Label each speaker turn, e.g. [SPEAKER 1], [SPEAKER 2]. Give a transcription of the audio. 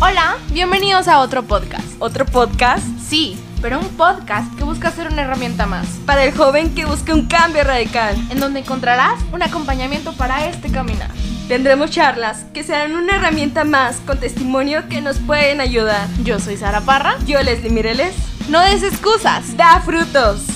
[SPEAKER 1] Hola, bienvenidos a otro podcast.
[SPEAKER 2] Otro podcast
[SPEAKER 1] Sí, pero un podcast que busca ser una herramienta más,
[SPEAKER 2] para el joven que busca un cambio radical.
[SPEAKER 1] en donde encontrarás un acompañamiento para este caminar.
[SPEAKER 2] Tendremos charlas que serán una herramienta más con testimonio que nos pueden ayudar.
[SPEAKER 1] Yo soy Sara Parra.
[SPEAKER 2] Yo, Leslie Mireles,
[SPEAKER 1] No des excusas.
[SPEAKER 2] da frutos.